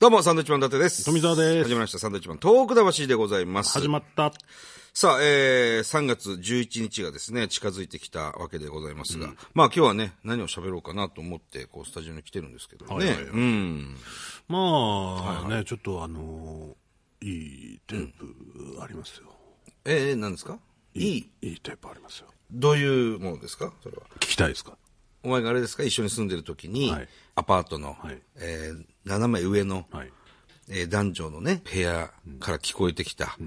どうも、サンドイッチマン伊達です。富澤で始すまりました、サンドイッチマン、トーク魂でございます。始まった。さあ、えー、3月11日がですね、近づいてきたわけでございますが、まあ今日はね、何を喋ろうかなと思って、こう、スタジオに来てるんですけどね。はいはいはいうん。まあ、ね、ちょっとあのーいいテープありますよ。えー、何ですかいいいいテープありますよ。どういうものですかそれは。聞きたいですかお前があれですか一緒に住んでる時に、はいアパートの、はいえー、斜め上の、はい。えー男女のね、部屋から聞こえてきた、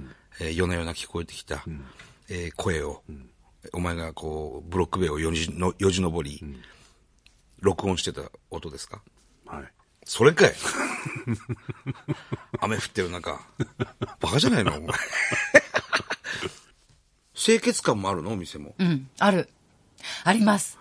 えー夜な夜な聞こえてきた、えー声を、お前がこう、ブロック塀をよじのよじ登り、録音してた音ですかはい。それかい 雨降ってる中、バカじゃないのお前。清潔感もあるのお店も。うん、ある。あります。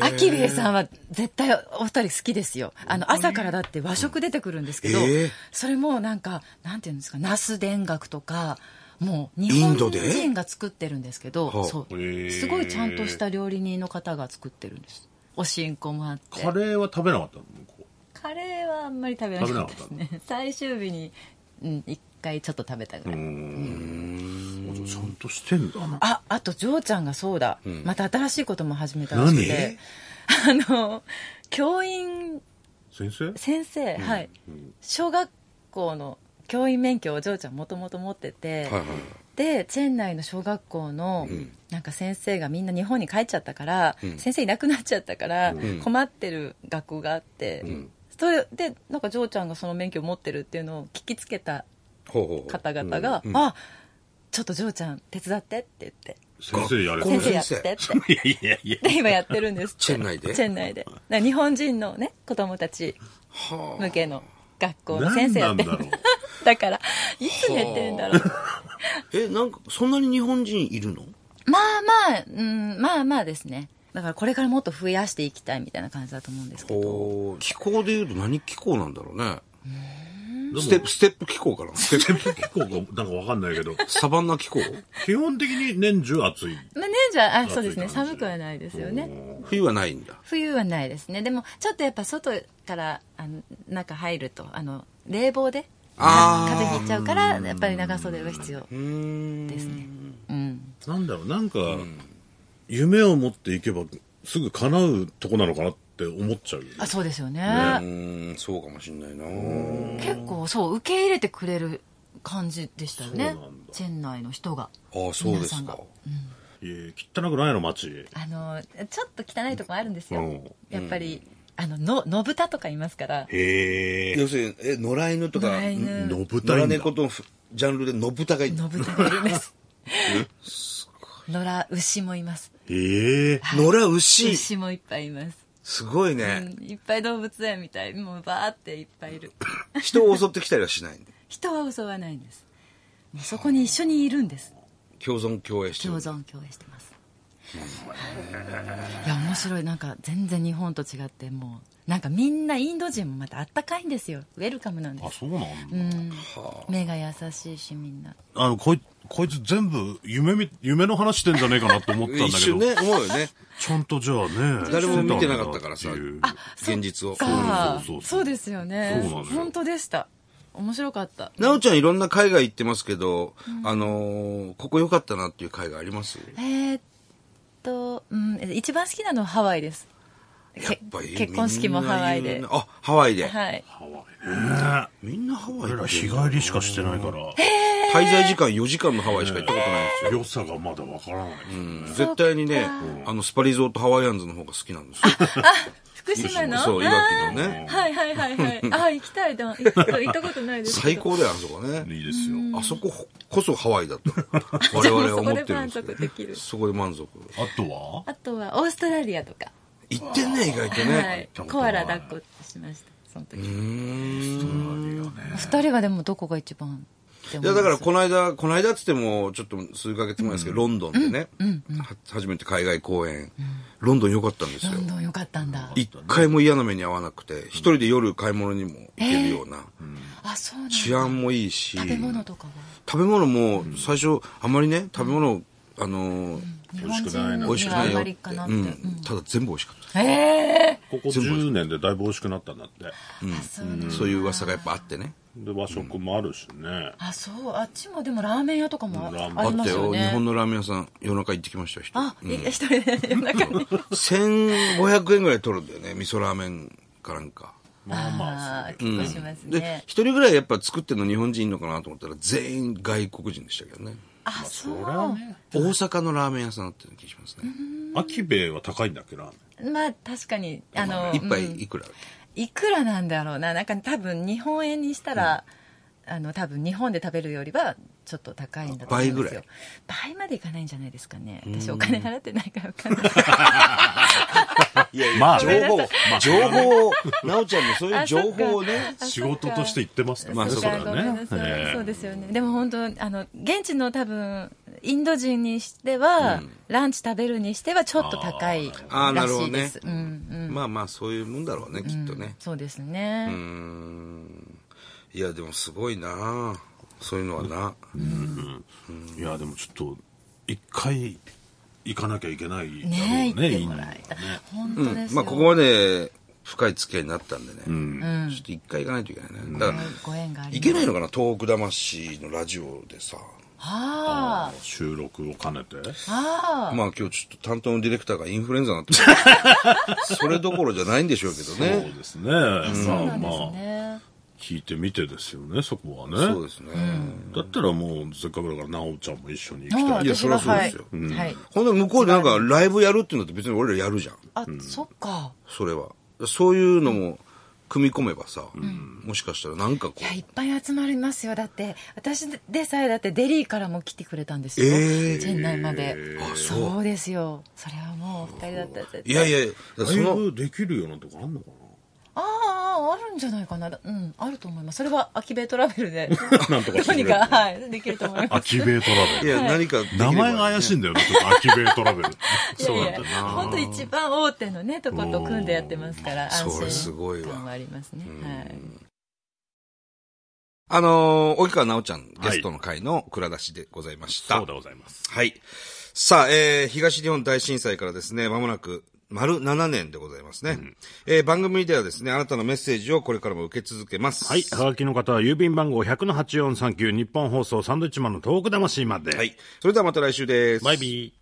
アキレイさんは絶対お二人好きですよ。あの、朝からだって和食出てくるんですけど、うんえーそれもなんか、なんていうんですか、ナス田楽とか、もうイ日ン本ドで人が作ってるんですけはあど、そへーう。すごいちゃんとした料理人の方が作ってるんです。おしんこもあって。カレーは食べなかったの向こカレーはあんまり食べなかったですね。最終日に、うん、一回ちょっと食べたぐらい。う。ちゃんとしてんだな。あ、あと、ジョーちゃんがそうだ。また新しいことも始めたらしくて。あの、教員、先生先生、はい。小学校の教員免許をジョーちゃんもともと持ってて、はいはい。で、チェン内の小学校の、なんか先生がみんな日本に帰っちゃったから、先生いなくなっちゃったから、困ってる学校があって、それで、なんかジョーちゃんがその免許を持ってるっていうのを聞きつけたほうほうほう。方々が、あ、ちょっとジョーちゃん手伝ってって言って。先生やれこの先先生生やってって。いやいやいや。で、今やってるんですって。チェン内でチェン内で。だから日本人のね、子供たちはあ向けの学校の何先生なやんってだるろう。だから、いつ寝てるんだろう。え、なんか、そんなに日本人いるのまあまあ、うん、まあまあですね。だからこれからもっと増やしていきたいみたいな感じだと思うんですけど。お気候でいうと何気候なんだろうね。でもステップ、ステップ気候かなステ ップ 結構なんかわかんないけど、サバンナ気候基本的に年中暑い。まあ年じゃ、あ、そうですね。暑い感じ寒くはないですよね。冬はないんだ。冬はないですね。でも、ちょっとやっぱ外から、あの、中入ると、あの、冷房で、あー風邪ひいちゃうから、やっぱり長袖は必要うーん。ですね。うん。なんだろう、なんか、夢を持っていけばすぐ叶うとこなのかなって思っちゃうよね。あそうですよねうーん、そうかもしんないな結構そう受け入れてくれる感じでしたよそねうなんだチェン内の人がああ、そうで皆さすんがか。いや汚くないの、街。あのちょっと汚いとこあるんですよ、うんやっぱりあのの野豚とかいますからへえ。要するに、え、野良犬とか、野良犬のぶ野た良いんだ猫とのふジャンルで野豚がいる。野豚がいるんです 野良牛もいますへえ。野良牛牛もいっぱいいます、すごいうね。ん、いっぱい動物園みたいもうバーっていっぱいいる人を襲ってきたりはしない。人は襲わないんですもうそこに一緒にいるんです共存共栄してる共。存共栄してますいや面白いなんか全然日本と違ってもうなんかみんなインド人もまたあったかいんですよウェルカムなんであ、すそうなんだ。うん目が優しいしみんなあの、こい、こいつ全部夢み、夢の話してんじゃねえかなと思ったんだけど。一瞬ね、思う よね。ちゃんとじゃあね。誰も見てなかったからさしてんだなっていう現実を。あそうそあうそうそうですよねそうなのよ本当でした面白かったなおちゃんいろんな海外行ってますけど、あのーここ良かったなっていう海外ありますえーっと、うん、一番好きなのはハワイですやっぱりけ結婚式もハワイみでんな言うねあ、ハワイで。はいハワイね。みんなハワイ俺ら行って日る帰りしかしてないから、滞在時間4時間のハワイしか行ったことないですよ。良さがまだわからないですよね。絶対にねそっ、あの、スパリゾートハワイアンズの方が好きなんですよ。福島のそう、いわきのあねー。はいはいは いはいああ行きたいでも行った行ったことないですけ最ど高だよ、あそこね。いいですよ。あそここそハワイだと。 我々は思ってるんですそこで満足できけど。るそこで満足。あとはあとはオーストラリアとか行ってんね、意外とはねい。、コアラ抱っこしましたその時うーん。二人はでもどこが一番ってい思や、いだまからすこの間、この間っつっても、ちょっと数ヶ月前ですけど、ロンドンでね、は初めて海外公演。ロンドン良かったんですよロ。ンドン良かったんだ一回も嫌な目に遭わなくて、一人で夜買い物にも行けるような、あそうなんだ治安もいいし、食べ物とかは食べ物も最初あまりね食べ物あのー日本美味しくない人な美味しにくなはあいよまっりかてなっうてんただ全部美味しかったへえここ10年でだいぶ美味しくなったんだって。あそうなんだそういう噂がやっぱあってね。で、和食もあるしね。あそうあっちもでもラーメン屋とかもあうんラーメンあありっまたすよよ。ね日本のラーメン屋さん、夜中行ってきましたよ、一人あ、いい一人で中に1500円ぐらい取るんだよね、味噌ラーメンかなんか。まあまあ、ああ結構しますでね、一人ぐらいやっぱ作ってるの日本人いんのかなと思ったら、全員外国人でしたけどね。あそうそれはね。大阪のラーメン屋さんだっていう気がしますね。秋兵衛は高いんだっけ、ラーメン。まあ確かにあの一杯うんいくら、いくらなんだろうななんか多分日本円にしたら、あの多分日本で食べるよりはちょっと高いんだと思うんですよ倍までいかないんじゃないですかね私お金払ってないから分かん ないまあ情ね、報、情報を、なおちゃんのそういうあそっか情報をね。仕事として行ってますからまあそうだよねごめんなさいええそうですよねでも本当あの現地の多分インド人にしては、ランチ食べるにしてはちょっと高いあーらしいです、あーなうるんほうんまあまあ、そういうもんだろうね、きっとね。そうですね、うーん。いや、でもすごいなそういうのはな。いや、でもちょっと、一回行かなきゃいけないだろうねね、行ってインドもねらいたい本う当でんすよ、まあ、ここまで深い付き合いになったんでね。んちょっと一回行かないといけないね。だから、ご縁がありますいけないのかな、東北魂のラジオでさ。あ収録を兼ねて。あああまあ今日ちょっと担当のディレクターがインフルエンザになってるそれどころじゃないんでしょうけどそうね。ですね。まそうあなんまですあ、ね、聞いてみてですよね、そこはね。そうですね。だったらもう、せっかくだから、なおちゃんも一緒に行きあたあい。いや私はそりゃそうですよはいはいほんで向こうでなんかライブやるっていうのって別に俺らやるじゃん。あ、そっかそれは。そういうのも組み込めばさ、もしかしたらなんかこ、いやいうっぱい集まりますよだって私でさえだってデリーからも来てくれたんですよ、ええチェン内まで、あそうそうですよそれはもう二人だったら絶対いやいや、だからそライの、ブできるようなとこあんのかあああああるんじゃないかなうんあると思いますそれはアキベイトラベル でなんとかしてくれるどうにかはいできると思いなまアすキベイトラいベル。や何かできれば名ね前が怪しいんだよね、ちょっとアキベイトラベル。そうなんだいやいや 本当一番大手のねとこと組んでやってますから安それすごい心わ感はありますねはいあのー、及川直ちゃんはいゲストの会の蔵出しでございました。そうでございます。はい。さあ、えー、東日本大震災からですね、まもなく、丸7年でございますね。えー番組ではですね、あなたのメッセージをこれからも受け続けます。はい。はがきの方は郵便番号100-8439日本放送サンドイッチマンのトーク魂まで。はい。それではまた来週です。バイビー。